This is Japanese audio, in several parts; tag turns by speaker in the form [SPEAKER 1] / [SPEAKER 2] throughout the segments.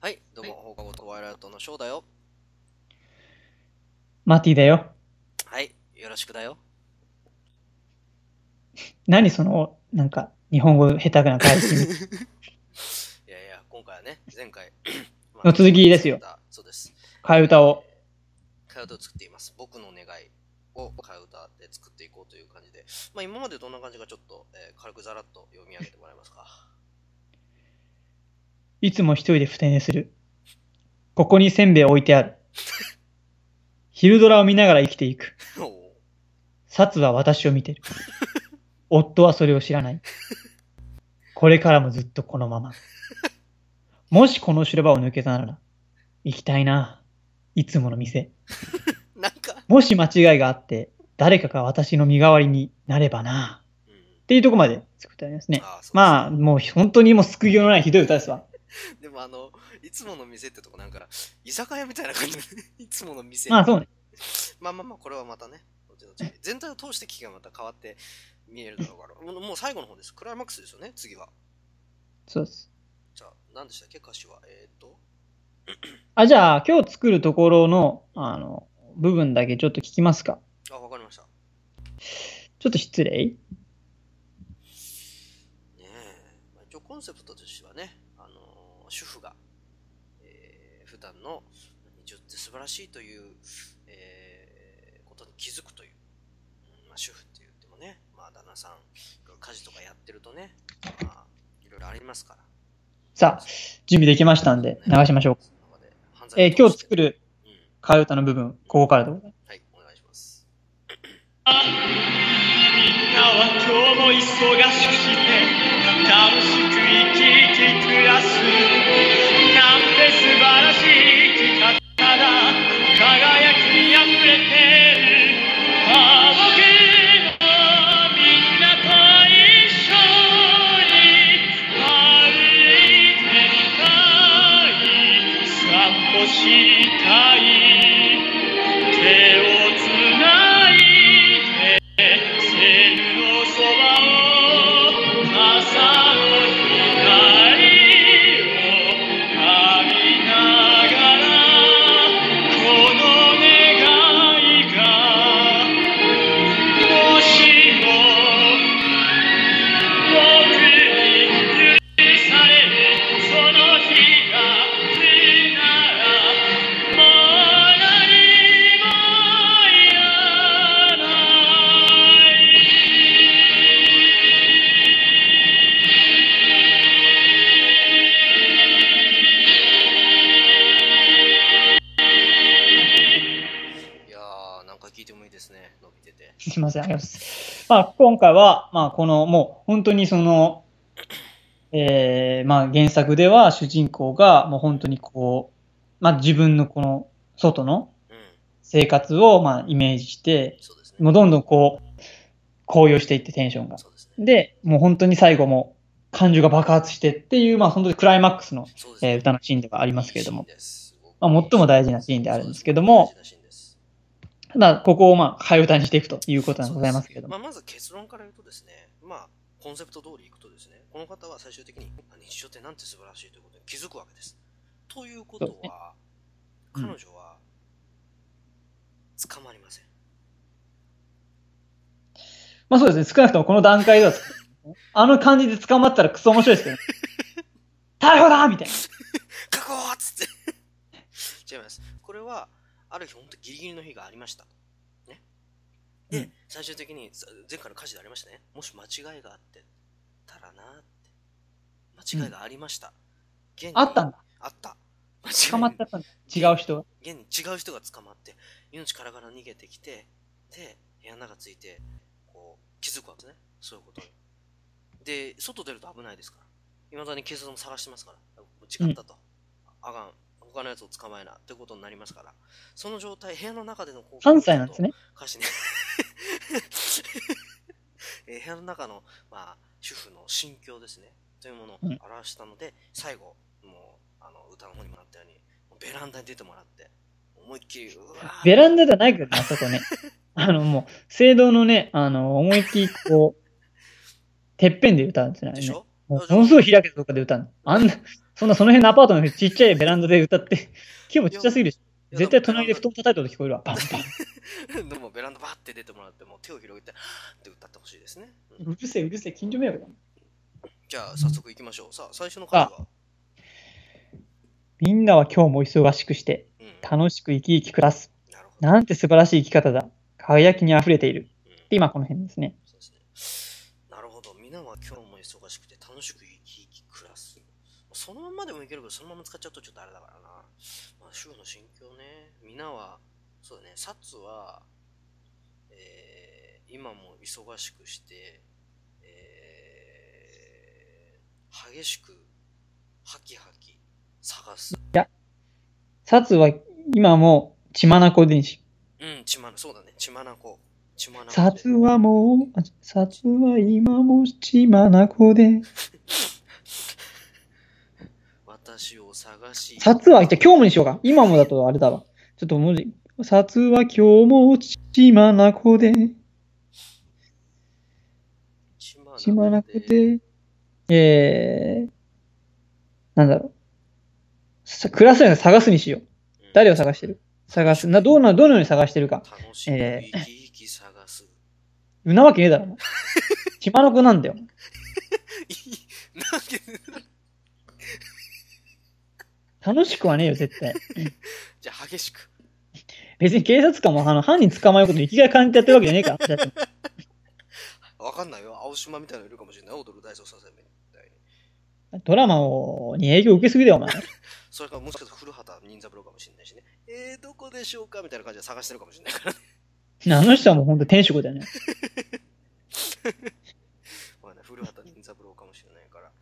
[SPEAKER 1] はい、どうも、
[SPEAKER 2] は
[SPEAKER 1] 放課後トワイライトのショーだよ。
[SPEAKER 2] マティだよ。
[SPEAKER 1] はい、よろしくだよ。
[SPEAKER 2] 何その、なんか、日本語下手くな返し。、
[SPEAKER 1] いやいや、今回はね、前回
[SPEAKER 2] の続きですよ。
[SPEAKER 1] そうです。
[SPEAKER 2] 替え歌を。
[SPEAKER 1] 替え歌を作っています。僕の願いを替え歌で作っていこうという感じで、まあ今までどんな感じかちょっと、えー軽くざらっと読み上げてもらえます か。
[SPEAKER 2] いつも一人で不定にする。ここにせんべい置いてある。昼ドラを見ながら生きていく。
[SPEAKER 1] おお
[SPEAKER 2] 殺は私を見てる。夫はそれを知らない。これからもずっとこのまま。もしこの修羅場を抜けたなら、行きたいな。いつもの店。
[SPEAKER 1] ー、なんか、
[SPEAKER 2] もし間違いがあって、誰かが私の身代わりになればな。
[SPEAKER 1] うん
[SPEAKER 2] っていうとこまで作ってありますね。
[SPEAKER 1] ああ、そう
[SPEAKER 2] まあ、もう本当にもう救いようのないひどい歌ですわ。
[SPEAKER 1] でもあの、いつもの店ってとこなんか、居酒屋みたいな感じで、いつもの店。
[SPEAKER 2] まあそうね。
[SPEAKER 1] まあまあまあ、これはまたね、後々全体を通して危機がまた変わって見えるだろう から、もうもう最後の方です。クライマックスですよね、次は。
[SPEAKER 2] そうです。
[SPEAKER 1] じゃあ、何でしたっけ、歌詞は。えーっと、
[SPEAKER 2] あ、じゃあ今日作るところの、あの、部分だけちょっと聞きますか。
[SPEAKER 1] あ、わかりました。ね
[SPEAKER 2] ちょっと失礼。
[SPEAKER 1] え、まあ、一応コンセプトとしてはね、あのー主婦が、えー普段の日常って素晴らしいという、えーことに気づくという、うんまあ、主婦って言ってもね、まあ、旦那さん、家事とかやってるとね、まあ、いろいろありますから。
[SPEAKER 2] さあ、準備できましたんで、流しましょう。
[SPEAKER 1] その中で犯罪
[SPEAKER 2] え
[SPEAKER 1] を
[SPEAKER 2] ー今
[SPEAKER 1] 通し
[SPEAKER 2] 日
[SPEAKER 1] て
[SPEAKER 2] 作る
[SPEAKER 1] うん
[SPEAKER 2] 替え歌の部分、ここからでございます。
[SPEAKER 1] はい、お願いします。
[SPEAKER 3] みんなは今日も忙しくして楽しく生き生き暮らすなんて素晴らしい生き方だ輝きあふれてるあの日のみんなと一緒に歩いてみたい散歩したい手をつないでセルのそばを傘の日がりを浴びながらこの願いがもしも僕に許されるその日が来ならもう何もいらない
[SPEAKER 1] いやー、なんか聞いてもいいですね、伸びてて。
[SPEAKER 2] すいません、ありがとうございます。まあ、今回は、まあ、この、もう、本当にその、えー、まあ、原作では主人公が、もう本当にこう、まあ、自分のこの、外の
[SPEAKER 1] うん、
[SPEAKER 2] 生活を、まあ、イメージして、
[SPEAKER 1] そうです
[SPEAKER 2] も
[SPEAKER 1] ね。
[SPEAKER 2] うどんどんこう、高揚していってテンションが。
[SPEAKER 1] そうですね。
[SPEAKER 2] で、もう本当に最後も感情が爆発してっていう、まあ本当にクライマックスの、
[SPEAKER 1] そうですね。
[SPEAKER 2] えー歌のシーンではありますけれど
[SPEAKER 1] い
[SPEAKER 2] も、
[SPEAKER 1] いシーンです。すごく
[SPEAKER 2] まあ最も大事なシーンであるんですけども
[SPEAKER 1] そうです大事なシーンです
[SPEAKER 2] ただここをまあ替え歌にしていくということなんでございますけれど
[SPEAKER 1] ま
[SPEAKER 2] も、
[SPEAKER 1] あ、まず結論から言うとですね、まあ、コンセプト通りいくとですね、この方は最終的にあ日常ってなんて素晴らしいということに気づくわけです。ということ
[SPEAKER 2] そうですね
[SPEAKER 1] は、
[SPEAKER 2] うん
[SPEAKER 1] 彼女は捕まりません。
[SPEAKER 2] まあそうですね、少なくともこの段階では、あの感じで捕まったらクソ面白いですけど、逮捕だみたいな。
[SPEAKER 1] 確保っつって。違 います。これは、ある日、本当ギリギリの日がありました。ね。で、
[SPEAKER 2] うん
[SPEAKER 1] 最終的に、さ前回の火事でありましたね。もし間違いがあってたらなって。間違いがありました。現に
[SPEAKER 2] あったんだ。
[SPEAKER 1] あった。
[SPEAKER 2] 捕まっちゃったんだ。違う人が。
[SPEAKER 1] 現に違う人が捕まって命からがら逃げてきてで部屋の中ついてこう気づくわけですねそういうことにで外出ると危ないですからいまだに警察も探してますから違ったと、あがん他のやつを捕まえなってことになりますからその状態部屋の中での光景
[SPEAKER 2] 関西なんですね。
[SPEAKER 1] 歌詞ねえー部屋の中の、まあ、主婦の心境ですねというものを
[SPEAKER 2] うん
[SPEAKER 1] 表したので、最後もうあの歌の方にもあったようにもうベランダに出てもらって思いっきりうわー
[SPEAKER 2] ベランダじゃないけどね、あそこね。 あのもう、聖堂のね、あの、思いっきりこう、てっぺんで歌うんですね。あれ
[SPEAKER 1] で
[SPEAKER 2] ね
[SPEAKER 1] しょ、
[SPEAKER 2] ものすごい開けたとこで歌うの。あんな、そんなその辺のアパートのちっちゃいベランダで歌 って、規模ちっちゃすぎるし、
[SPEAKER 1] や
[SPEAKER 2] 絶対隣で布団叩いた音聞こえるわ。バンバン。
[SPEAKER 1] でもベランダ バーって出てもらってもう手を広げてはーって歌ってほしいですね、うん
[SPEAKER 2] うるせえ、うるせえ、近所迷惑だもん。
[SPEAKER 1] じゃあ早速行きましょうさあ最初の回は、
[SPEAKER 2] みんなは今日も忙しくして、
[SPEAKER 1] うん、
[SPEAKER 2] 楽しく生き生き暮らす。
[SPEAKER 1] なるほど、
[SPEAKER 2] なんて素晴らしい生き方だ。輝きに溢れている。
[SPEAKER 1] うん
[SPEAKER 2] で、今この辺ですね。
[SPEAKER 1] そうですねなるほどみんなは今日も忙しくて楽しく生き生き暮らすそのまんまでもいけるけどそのまま使っちゃうとちょっとあれだからな、まあ、主婦の心境ねみんなはそうだねサツは、えー今も忙しくして、えー激しくハキハキ探す
[SPEAKER 2] サツは今も血まなこ電子。
[SPEAKER 1] うん、血まな、そうだね、血まなこ。血まなこで。
[SPEAKER 2] サツはもう、あサツは今も血まなこで。
[SPEAKER 1] 私を探し。
[SPEAKER 2] サツは、じゃあ今日もにしようか。今もだとあれだわ。ちょっと文字。サツは今日も血まなこで、
[SPEAKER 1] 血ま
[SPEAKER 2] 血まな
[SPEAKER 1] な
[SPEAKER 2] こ
[SPEAKER 1] こで。
[SPEAKER 2] で。えー、なんだろう。さ暮らすの探すにしよう。誰を探してる探す。な、どうな、どのように探してるか。
[SPEAKER 1] 楽しく
[SPEAKER 2] え
[SPEAKER 1] 生き生き探す。
[SPEAKER 2] んなわけねえだろ。お前血まなこなんだよ。
[SPEAKER 1] いいなんか
[SPEAKER 2] 楽しくはねえよ、絶対。
[SPEAKER 1] じゃあ激しく。
[SPEAKER 2] 別に警察官もあの犯人捕まえることに生きがい感じてやってるわけじゃねえから。だって
[SPEAKER 1] わかんないよ。青島みたいなのいるかもしれない。踊る大捜査線みたいに。
[SPEAKER 2] ドラマをに影響受けすぎだよ、お前。
[SPEAKER 1] それからもしかしたら古畑任三郎かもしれないしね。えー、どこでしょうかみたいな感じで探してるかもしれないからね。
[SPEAKER 2] あの人はもう本当天職だよね。
[SPEAKER 1] まあね、古畑任三郎かもしれないから。うん。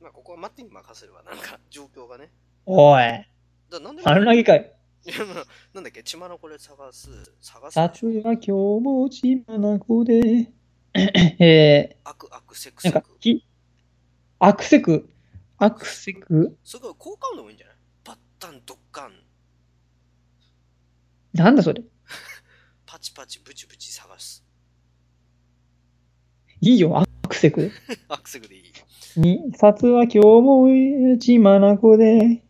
[SPEAKER 1] まあ、ここはマッティに任せれば、なんか状況がね。
[SPEAKER 2] おい、
[SPEAKER 1] だからなんでも
[SPEAKER 2] 丸投げかい。
[SPEAKER 1] いやまあなんだっけ、血まのこれ探す、探すでし
[SPEAKER 2] 夏
[SPEAKER 1] ょ、
[SPEAKER 2] は今日も血まなこで。 え
[SPEAKER 1] 悪、悪、セク
[SPEAKER 2] ー、
[SPEAKER 1] セ
[SPEAKER 2] なんか
[SPEAKER 1] ク、。
[SPEAKER 2] き、アクセク、アクセク、
[SPEAKER 1] それから効果音でもいいんじゃないパッタン、ドッカン、
[SPEAKER 2] なんだそれ。
[SPEAKER 1] パチパチ、ブチブチ探す。
[SPEAKER 2] いいよ、アクセク。
[SPEAKER 1] アクセクでいい。
[SPEAKER 2] に、札は今日も血まなこで、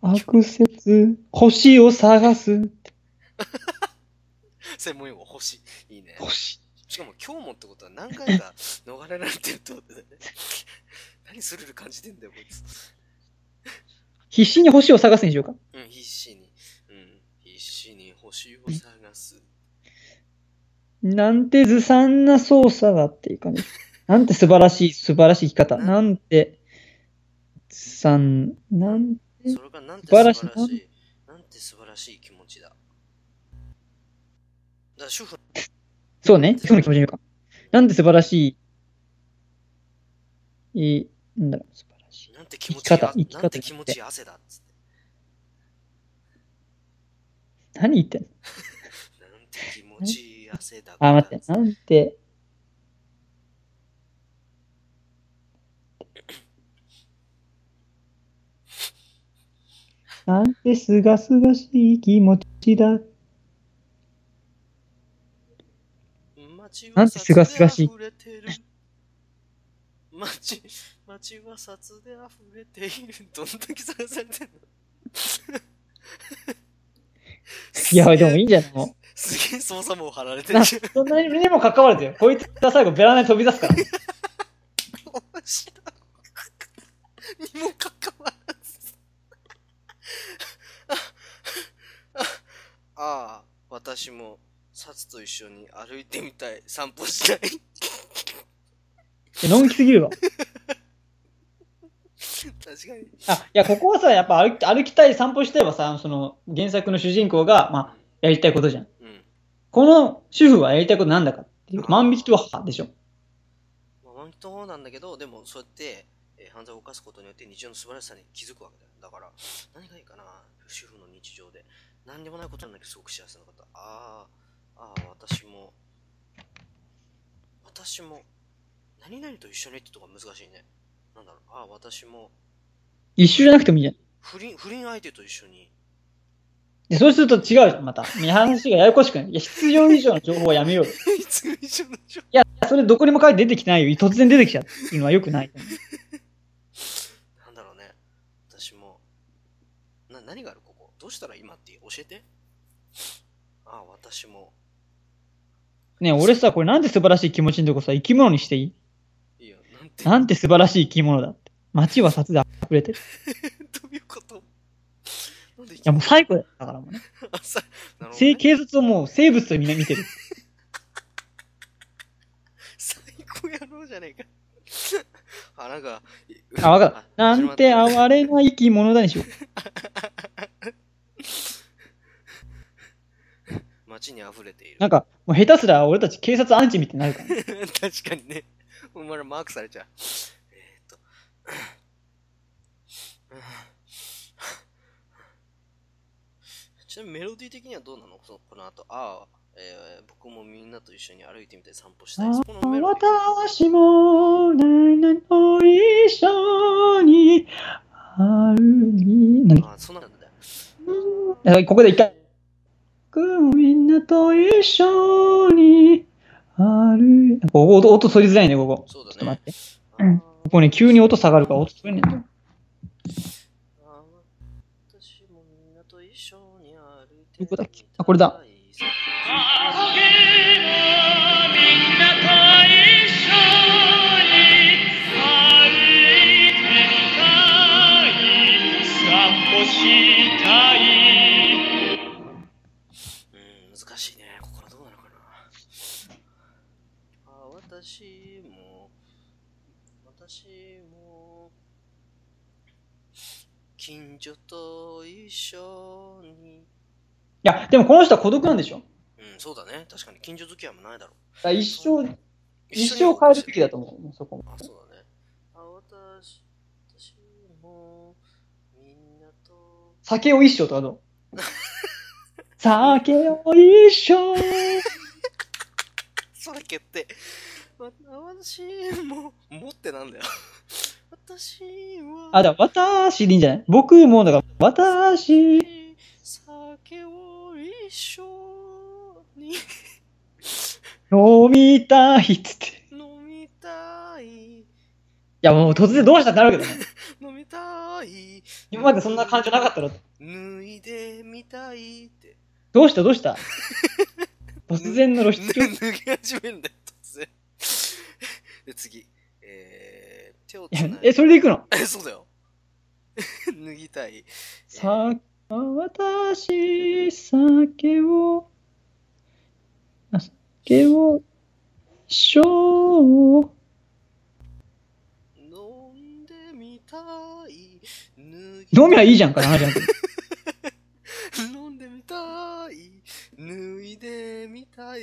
[SPEAKER 2] 悪説、星を探す。
[SPEAKER 1] 専門用語、星。いいね。
[SPEAKER 2] 星。
[SPEAKER 1] しかも今日もってことは何回 か逃れられてるってことだよね。何スリル感じてんだよ、こいつ。
[SPEAKER 2] 必死に星を探すにしようか。
[SPEAKER 1] うん、必死に。うん、必死に星を探す。
[SPEAKER 2] なんてずさんな操作だっていう感じ。なんて素晴らしい、素晴らしい生き方。なんて、ずさん、なん、
[SPEAKER 1] それからなんて素晴
[SPEAKER 2] 素晴
[SPEAKER 1] ら
[SPEAKER 2] ら
[SPEAKER 1] し
[SPEAKER 2] し
[SPEAKER 1] い
[SPEAKER 2] い
[SPEAKER 1] なんて素晴らしい気持ちだ。だから主婦
[SPEAKER 2] そうね。今日の気持ちにようか。なんて素晴らしい、いい、なんだろう、素晴らしい。
[SPEAKER 1] なんて気持ちいい
[SPEAKER 2] 生き方生き方
[SPEAKER 1] なんて気持ちいい汗だっつって。
[SPEAKER 2] 何言ってんの
[SPEAKER 1] なんて気持ちいい汗だ
[SPEAKER 2] あ、待って、なんて、なんてすがすがしい気持ちだ。
[SPEAKER 1] 街は
[SPEAKER 2] なんてすがすがしい
[SPEAKER 1] 札で溢れてる。街、街は札で溢れている。どんだけ探されてんの
[SPEAKER 2] いや、でもいいんじゃないの
[SPEAKER 1] すげえ操作も張られてる
[SPEAKER 2] な。 そんなにもかかわらずよ。こいつが最後ベランダに飛び出すから。
[SPEAKER 1] 面白い。にもかかわらず。ああ、私も、サツと一緒に歩いてみたい。散歩したい。
[SPEAKER 2] のんきすぎるわ。
[SPEAKER 1] 確かに。
[SPEAKER 2] あ、いや、ここはさ、やっぱ歩き歩きたい、散歩してればさ、その原作の主人公が、まあ、やりたいことじゃん。
[SPEAKER 1] うん。
[SPEAKER 2] この主婦はやりたいことなんだかっていう万引きとはでしょ。
[SPEAKER 1] まあ、ワンキトなんだけど、でもそうやって、えー犯罪を犯すことによって日常の素晴らしさに気づくわけだよ。だから、何がいいかな、主婦の日常で。何でもないことなんだけど、すごく幸せなこと。ああ、ああ、私も、私も、何々と一緒にってとこが難しいね。なんだろう、ああ、私も、
[SPEAKER 2] 一緒じゃなくてもいいじゃん。
[SPEAKER 1] 不倫、不倫相手と一緒に、
[SPEAKER 2] で、そうすると違うじゃん、また。見話がややこしくない。いや、必要以上の情報はやめようよ。い
[SPEAKER 1] 必要以上の情報
[SPEAKER 2] や、それどこにも書いて出てきてないよ。突然出てきちゃうっていうのは良くない。
[SPEAKER 1] なんだろうね。私も、な、何があるここどうしたら今って教えて。あ、私も、
[SPEAKER 2] ね俺さ、これなんて素晴らしい気持ちのとこさ、生き物にしていい
[SPEAKER 1] いいよ。なんて、
[SPEAKER 2] なんて素晴らしい生き物だって。街は札で溢れてる。い
[SPEAKER 1] どういうことなんでい
[SPEAKER 2] や、もう最後だからもうね。
[SPEAKER 1] 朝、なるほど
[SPEAKER 2] 生
[SPEAKER 1] ね、
[SPEAKER 2] 警察をもう生物とみんな見てる。
[SPEAKER 1] 最高やろうじゃねえか。 あ、なんか、
[SPEAKER 2] あ、わかっ
[SPEAKER 1] あ
[SPEAKER 2] た。なんて哀れな生き物だにしよう。
[SPEAKER 1] 街に溢れている。
[SPEAKER 2] なんか、もう下手すら俺たち警察アンチみたいになるから、ね。
[SPEAKER 1] 確かにね。お前らマークされちゃう。えーっと。 ちなみにメロディー的にはどうなのそのこの後。ああ、えー僕もみんなと一緒に歩いてみたり散歩したい。そこのメロディー。
[SPEAKER 2] 私も、何々と一緒に、あるに、なん
[SPEAKER 1] ああ、そうなんだよ。
[SPEAKER 2] だここで一回。みんなと一緒に歩いなんか音、音取りづらいね、ここ。
[SPEAKER 1] そう
[SPEAKER 2] ちょっ
[SPEAKER 1] だ
[SPEAKER 2] と待
[SPEAKER 1] ね
[SPEAKER 2] っ。て。
[SPEAKER 1] あー
[SPEAKER 2] ここね、急に音下がるから音取れねえんだよ。
[SPEAKER 1] あ私もみんなと一緒に歩いて
[SPEAKER 2] どこだっけあこれだ。
[SPEAKER 3] 「みんなと一緒に歩いてみたい」「散歩したい」
[SPEAKER 1] うん、難しいね。ここからどうなるかな。あ、私も、私も、近所と一緒に。
[SPEAKER 2] いや、でもこの人は孤独なんでしょ
[SPEAKER 1] うん、そうだね。確かに近所付き合いもないだろう。
[SPEAKER 2] だから一生、一
[SPEAKER 1] 緒
[SPEAKER 2] 生
[SPEAKER 1] に
[SPEAKER 2] 変えるべきだと思う。もうそこも。
[SPEAKER 1] あ、そうだね。あ、私、私も、みんなと、
[SPEAKER 2] 酒を一生とかどう 酒を一生。
[SPEAKER 1] それ決定。わ私も、もってなんだよ。私は、
[SPEAKER 2] あ、だ、私でいいんじゃない僕も、だから、私。
[SPEAKER 1] 酒を一緒に
[SPEAKER 2] 飲みたいっつって。い
[SPEAKER 1] 飲みたい
[SPEAKER 2] や、もう突然どうしたってなるけどね。
[SPEAKER 1] 飲みたい
[SPEAKER 2] 今までそんな感情なかったろ。
[SPEAKER 1] 脱いでみたいって
[SPEAKER 2] どうしたどうした突然の露出狂。
[SPEAKER 1] 脱ぎ始めるんだよ突然で次えー、手をつ
[SPEAKER 2] いや
[SPEAKER 1] ない
[SPEAKER 2] え、
[SPEAKER 1] で
[SPEAKER 2] それで行くの
[SPEAKER 1] そうだよ 脱ぎたい
[SPEAKER 2] さ、私、酒を、あ酒を、しょう。
[SPEAKER 1] 飲んでみたい脱ぎ
[SPEAKER 2] 飲みはいいじゃんかな、じゃん。
[SPEAKER 1] 飲んでみたい脱いでみたい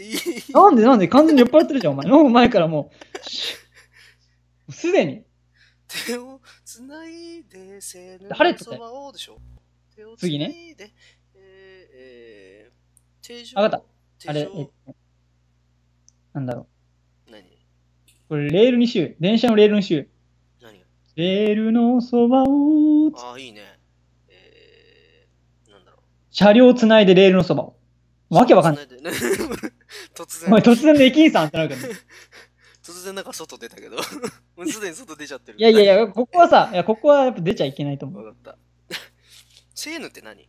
[SPEAKER 2] なんでなんで完全に酔っ払ってるじゃん、お 前。飲む前からもうし、もうすでに。
[SPEAKER 1] 手をつないでせぬ
[SPEAKER 2] 誰と
[SPEAKER 1] そばをでしょ手を
[SPEAKER 2] 次
[SPEAKER 1] つ
[SPEAKER 2] ね
[SPEAKER 1] ないでえーえー手錠
[SPEAKER 2] わかっあ
[SPEAKER 1] 手
[SPEAKER 2] れ、
[SPEAKER 1] 錠
[SPEAKER 2] えっと、なんだろ
[SPEAKER 1] 何
[SPEAKER 2] う。これ、レールにしよう。電車のレールにしよう。
[SPEAKER 1] 何が
[SPEAKER 2] レールのそばを、
[SPEAKER 1] ああいいねえー、なんだろ
[SPEAKER 2] 車両つないでレールのそばを。
[SPEAKER 1] う
[SPEAKER 2] わけわかんない。
[SPEAKER 1] い 突
[SPEAKER 2] お前、
[SPEAKER 1] 然
[SPEAKER 2] 突然の駅員さんってなるけどね。
[SPEAKER 1] 突然なんか外出たけど もうすでに外出ちゃってる
[SPEAKER 2] いやいやいや、ここはさ、いや、ここはやっぱ出ちゃいけないと思
[SPEAKER 1] わ
[SPEAKER 2] う。
[SPEAKER 1] かった セーヌって何
[SPEAKER 2] い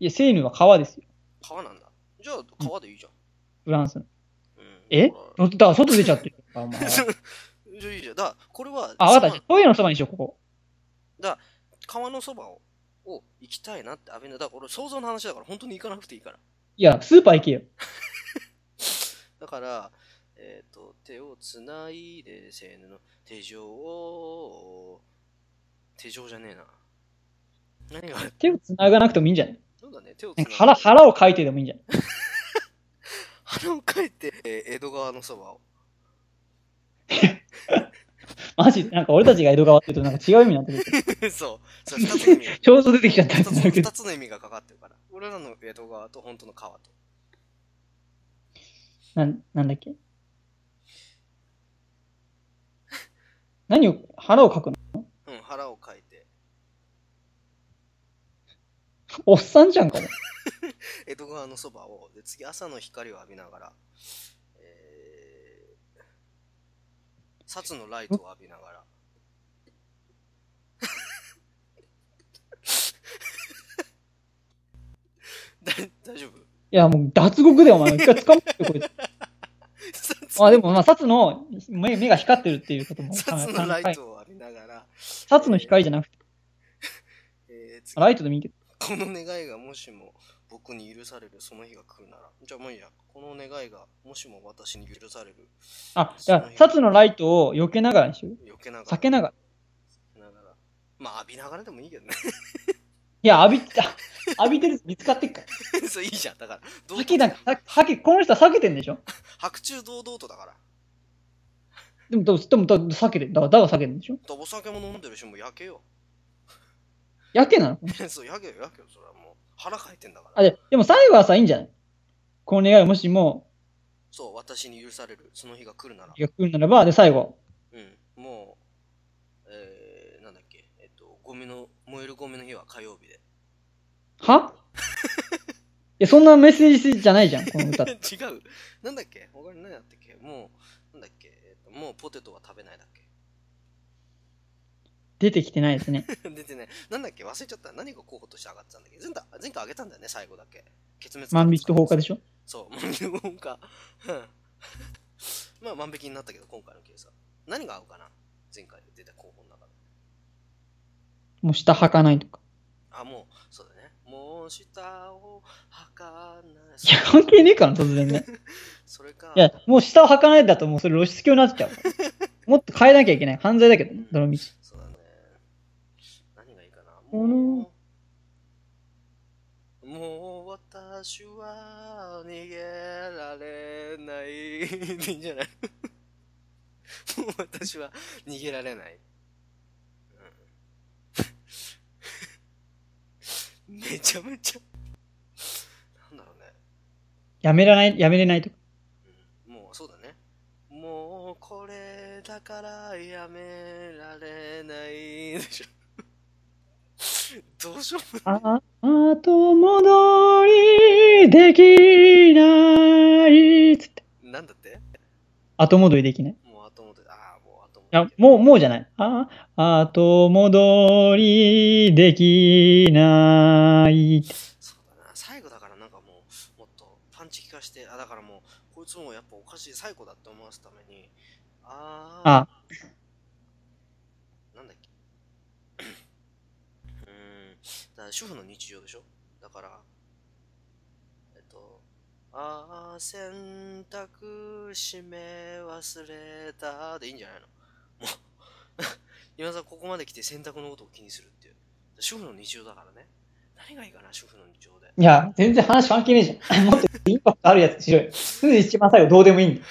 [SPEAKER 2] や、セーヌは川ですよ。
[SPEAKER 1] 川なんだじゃあ川でいいじゃん、
[SPEAKER 2] フランスの。
[SPEAKER 1] うん
[SPEAKER 2] え
[SPEAKER 1] だから
[SPEAKER 2] だから外出ちゃってるから、お
[SPEAKER 1] じ
[SPEAKER 2] 前。
[SPEAKER 1] ゃあいいじゃん。だからこれは、
[SPEAKER 2] あ、わかっ
[SPEAKER 1] そ
[SPEAKER 2] た。
[SPEAKER 1] の
[SPEAKER 2] トイレのそばにしよう、ここ。
[SPEAKER 1] 川のそばをを行きたいなって、アベノ。だから俺、想像の話だから、本当に行かなくていいから。
[SPEAKER 2] いや、スーパー行けよ。
[SPEAKER 1] だから、えっ、と、手をつないで、せーのの、手錠を、手錠じゃねえな。何がある
[SPEAKER 2] 手を繋がなくてもいいんじゃない
[SPEAKER 1] そうだね、手をつ
[SPEAKER 2] な
[SPEAKER 1] なんい
[SPEAKER 2] か
[SPEAKER 1] で。
[SPEAKER 2] 腹、腹をかいてでもいいんじゃない
[SPEAKER 1] 腹をかいて、えー江戸川のそばを。
[SPEAKER 2] マジなんか俺たちが江戸川って言うとなんか違う意味になってくる。
[SPEAKER 1] そう、それ二つの意 味が
[SPEAKER 2] ちょうど出てきちゃった
[SPEAKER 1] 二
[SPEAKER 2] ん
[SPEAKER 1] つ
[SPEAKER 2] だけど
[SPEAKER 1] 二。つの意味がかかってるから。俺らの江戸川と本当の川と。
[SPEAKER 2] なんなんだっけ何を、腹をかくの
[SPEAKER 1] うん、腹をかいて。
[SPEAKER 2] おっさんじゃんかも。
[SPEAKER 1] 江戸川のそばをで次朝の光を浴びながら、えー、サツのライトを浴びながら だ大丈夫
[SPEAKER 2] いや、もう脱獄だよ、お前。一回捕まって こいつ。
[SPEAKER 1] サツ
[SPEAKER 2] まあでも、まあ、札の目目が光ってるっていうことも考
[SPEAKER 1] サツ
[SPEAKER 2] え
[SPEAKER 1] のライ
[SPEAKER 2] 札
[SPEAKER 1] トを浴びながら、
[SPEAKER 2] の光じゃなくて、
[SPEAKER 1] えー次
[SPEAKER 2] ライトでもいいけど。
[SPEAKER 1] この願いがもしも僕に許されるその日が来るならじゃあもういいやこの願いがもしも私に許される
[SPEAKER 2] あ、じゃあ、札のライトを避けながらにしよう。
[SPEAKER 1] 避けながら
[SPEAKER 2] 避けながら。
[SPEAKER 1] ながらまあ浴びながらでもいいけどね
[SPEAKER 2] いや、浴び て、浴びてるやつ見つかってっから。
[SPEAKER 1] そういいじゃんだからどう
[SPEAKER 2] 避けなんか、避け、この人は避けてんでしょ
[SPEAKER 1] 白昼堂々とだから
[SPEAKER 2] でも、でも、でも、だ避けてる。だから、だから避けてんでしょ
[SPEAKER 1] だからお酒も飲んでるしもう焼けよ
[SPEAKER 2] やけなの
[SPEAKER 1] そう焼けよ焼けよそれはもう腹かいてんだから
[SPEAKER 2] あ、で、でも最後はさ、いいんじゃないこの願いもしも、
[SPEAKER 1] そう私に許されるその日が来るなら
[SPEAKER 2] が来るならば、で、最後。
[SPEAKER 1] うんもうえー、なんだっけえっとゴミの燃えるゴミの日は火曜日で
[SPEAKER 2] はいや、そんなメッセージじゃないじゃん、こ の歌。
[SPEAKER 1] 違うなんだっけ他に何やったっけもうなんだっけ、えっと、もうポテトは食べないだっけ
[SPEAKER 2] 出てきてないですね。
[SPEAKER 1] 出てね、なんだっけ忘れちゃった。何が候補として上がってたんだっけ前回、前回上げたんだよね、最後だけ。決滅
[SPEAKER 2] 万引きと放火で
[SPEAKER 1] し
[SPEAKER 2] しょ
[SPEAKER 1] そう、万引きと放火。うん まあ、万引きになったけど、今回のケースは。何が合うかな前回出た候補の中で。
[SPEAKER 2] もう下履かないとか。
[SPEAKER 1] あ、もう、そうだね。もう下を履かない。
[SPEAKER 2] いや、関係ねえから、突然ね。
[SPEAKER 1] それか、
[SPEAKER 2] いや、もう下を履かないだと、もうそれ露出狂になっちゃうから。もっと変えなきゃいけない。犯罪だけどね、どの道。
[SPEAKER 1] そうだね。何がいいかな
[SPEAKER 2] この
[SPEAKER 1] もう、もう私は逃げられない。でいいんじゃないもう私は逃げられない。うんめちゃめちゃ。なんだろうね。
[SPEAKER 2] やめらない、やめれないとか。
[SPEAKER 1] うんもうそうだね。もうこれだからやめられないでしょ。 どうしようもない。
[SPEAKER 2] あ、後戻りできないっつって。
[SPEAKER 1] なんだって
[SPEAKER 2] 後戻りできない。い
[SPEAKER 1] もう後戻り。ああ、もう後戻り。
[SPEAKER 2] や、もう、もうじゃない。あ、後戻りできないって。
[SPEAKER 1] そうだな。最後だからなんかもう、もっとパンチ効かして、あ、だからもう、こいつもやっぱおかしい、最後だって思わすために、ああ。
[SPEAKER 2] あ、
[SPEAKER 1] なんだっけうーん、だから主婦の日常でしょだから、えっと、ああ、洗濯しめ忘れたでいいんじゃないのもう、 今さんここまで来て洗濯のことを気にするっていう。主婦の日常だからね。何がいいかな、主婦の日常で。
[SPEAKER 2] いや、全然話関係ねえじゃん。もっとインパクトあるやつしろよ。すぐ一番最後どうでもいいんだよ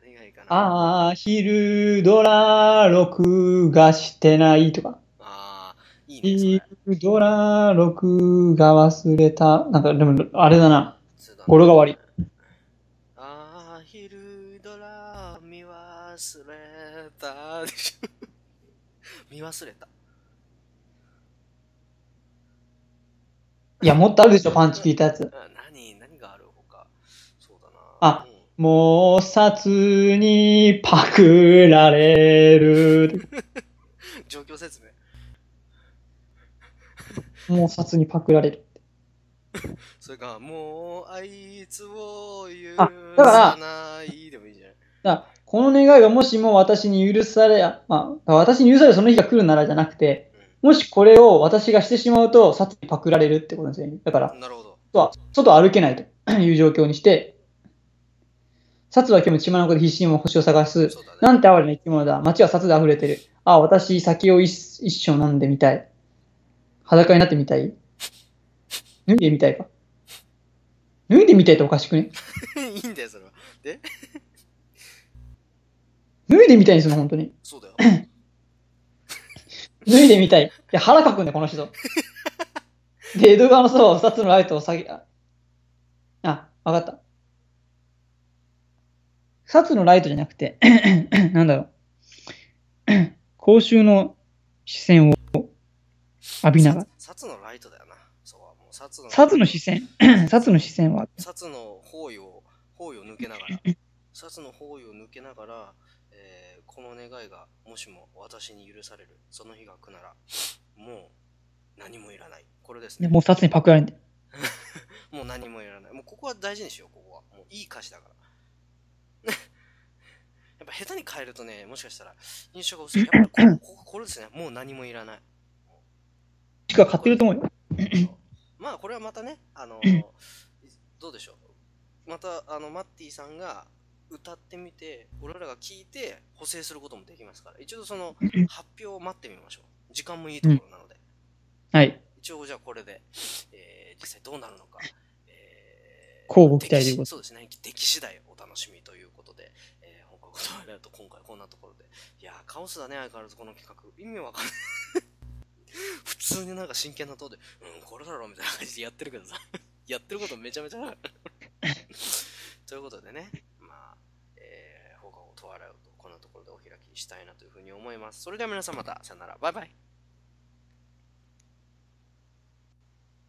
[SPEAKER 1] 何がいいかな。あ
[SPEAKER 2] あー、昼ドラ録画してないとか。
[SPEAKER 1] あー、いいね、そ
[SPEAKER 2] 昼
[SPEAKER 1] れ。
[SPEAKER 2] ドラ録画忘れた。なんか、でも、あれだな。
[SPEAKER 1] そうだね
[SPEAKER 2] 語呂が悪い。
[SPEAKER 1] ああ、昼ドラ見忘れた。でしょ 見忘れた。
[SPEAKER 2] いや、もっとあるでしょ、パンチ聞いたやつ。
[SPEAKER 1] あ何、何がある他そうだな。
[SPEAKER 2] あ
[SPEAKER 1] うん
[SPEAKER 2] もう、札にパクられる。
[SPEAKER 1] 状況説明。
[SPEAKER 2] もう、札にパクられる。
[SPEAKER 1] それか、もう、あいつを許
[SPEAKER 2] あだ
[SPEAKER 1] さ
[SPEAKER 2] か
[SPEAKER 1] ない。でもいいじゃない。
[SPEAKER 2] だからこの願いがもしも私に許され、あまあ、私に許されるその日が来るならじゃなくて、もしこれを私がしてしまうと、札にパクられるってことですよね。だから
[SPEAKER 1] う、ん、なるほど。
[SPEAKER 2] は外を歩けないと いう状況にして、札は今日も血まなこで必死にも星を探す。
[SPEAKER 1] そうだね。
[SPEAKER 2] なんて哀れな生き物だ。街は札で溢れてる。ああ、私、酒を一一生飲んでみたい。裸になってみたい。脱いでみたいか。脱いでみたいっておかしくね
[SPEAKER 1] いいんだよ、それは。
[SPEAKER 2] 脱いでみたいにするの、本当に。
[SPEAKER 1] そうだよ。
[SPEAKER 2] 脱いでみたい。いや、腹かくんだよ、この人。で、江戸川のそばを札のライトを下げ、あ、あわかった。札のライトじゃなくて、 なんだろう。公衆の視線を浴びながら。
[SPEAKER 1] 札のライトだよな。そうはもう札の。
[SPEAKER 2] 札の視線、 札の視線は、
[SPEAKER 1] 札の方位を、方位を抜けなが ら、札の方位を抜けながら、えーこの願いがもしも私に許される、その日が来なら、もう何もいらない。これですね。
[SPEAKER 2] ね、もう札にパクられんで。
[SPEAKER 1] もう何もいらない。もうここは大事にしよう、ここは。もういい歌詞だから。 やっぱ下手に変えるとね、もしかしたら印象が薄い。やっぱりここここれですね。もう何もいらない。
[SPEAKER 2] しか買ってると思うよ。
[SPEAKER 1] まあこれはまたね、あの、どうでしょう。また、あの、マッティさんが歌ってみて、俺らが聞いて補正することもできますから、一度その発表を待ってみましょう。時間もいいところなので。
[SPEAKER 2] はい。
[SPEAKER 1] 一応じゃあこれで、えー実際どうなるのか、えー、
[SPEAKER 2] 乞うご期待という
[SPEAKER 1] 出
[SPEAKER 2] こと
[SPEAKER 1] 来そうですね出来次第お楽しみということで、えー、報告となると今回こんなところでいやーカオスだね相変わらずこの企画意味わかんない 普通になんか真剣なとでうんこれだろみたいな感じでやってるけどさ やってることめちゃめちゃある ということでねまあ、えー、放課後と笑うとこんなところでお開きにしたいなというふうに思いますそれでは皆さんまたさよならバイバイ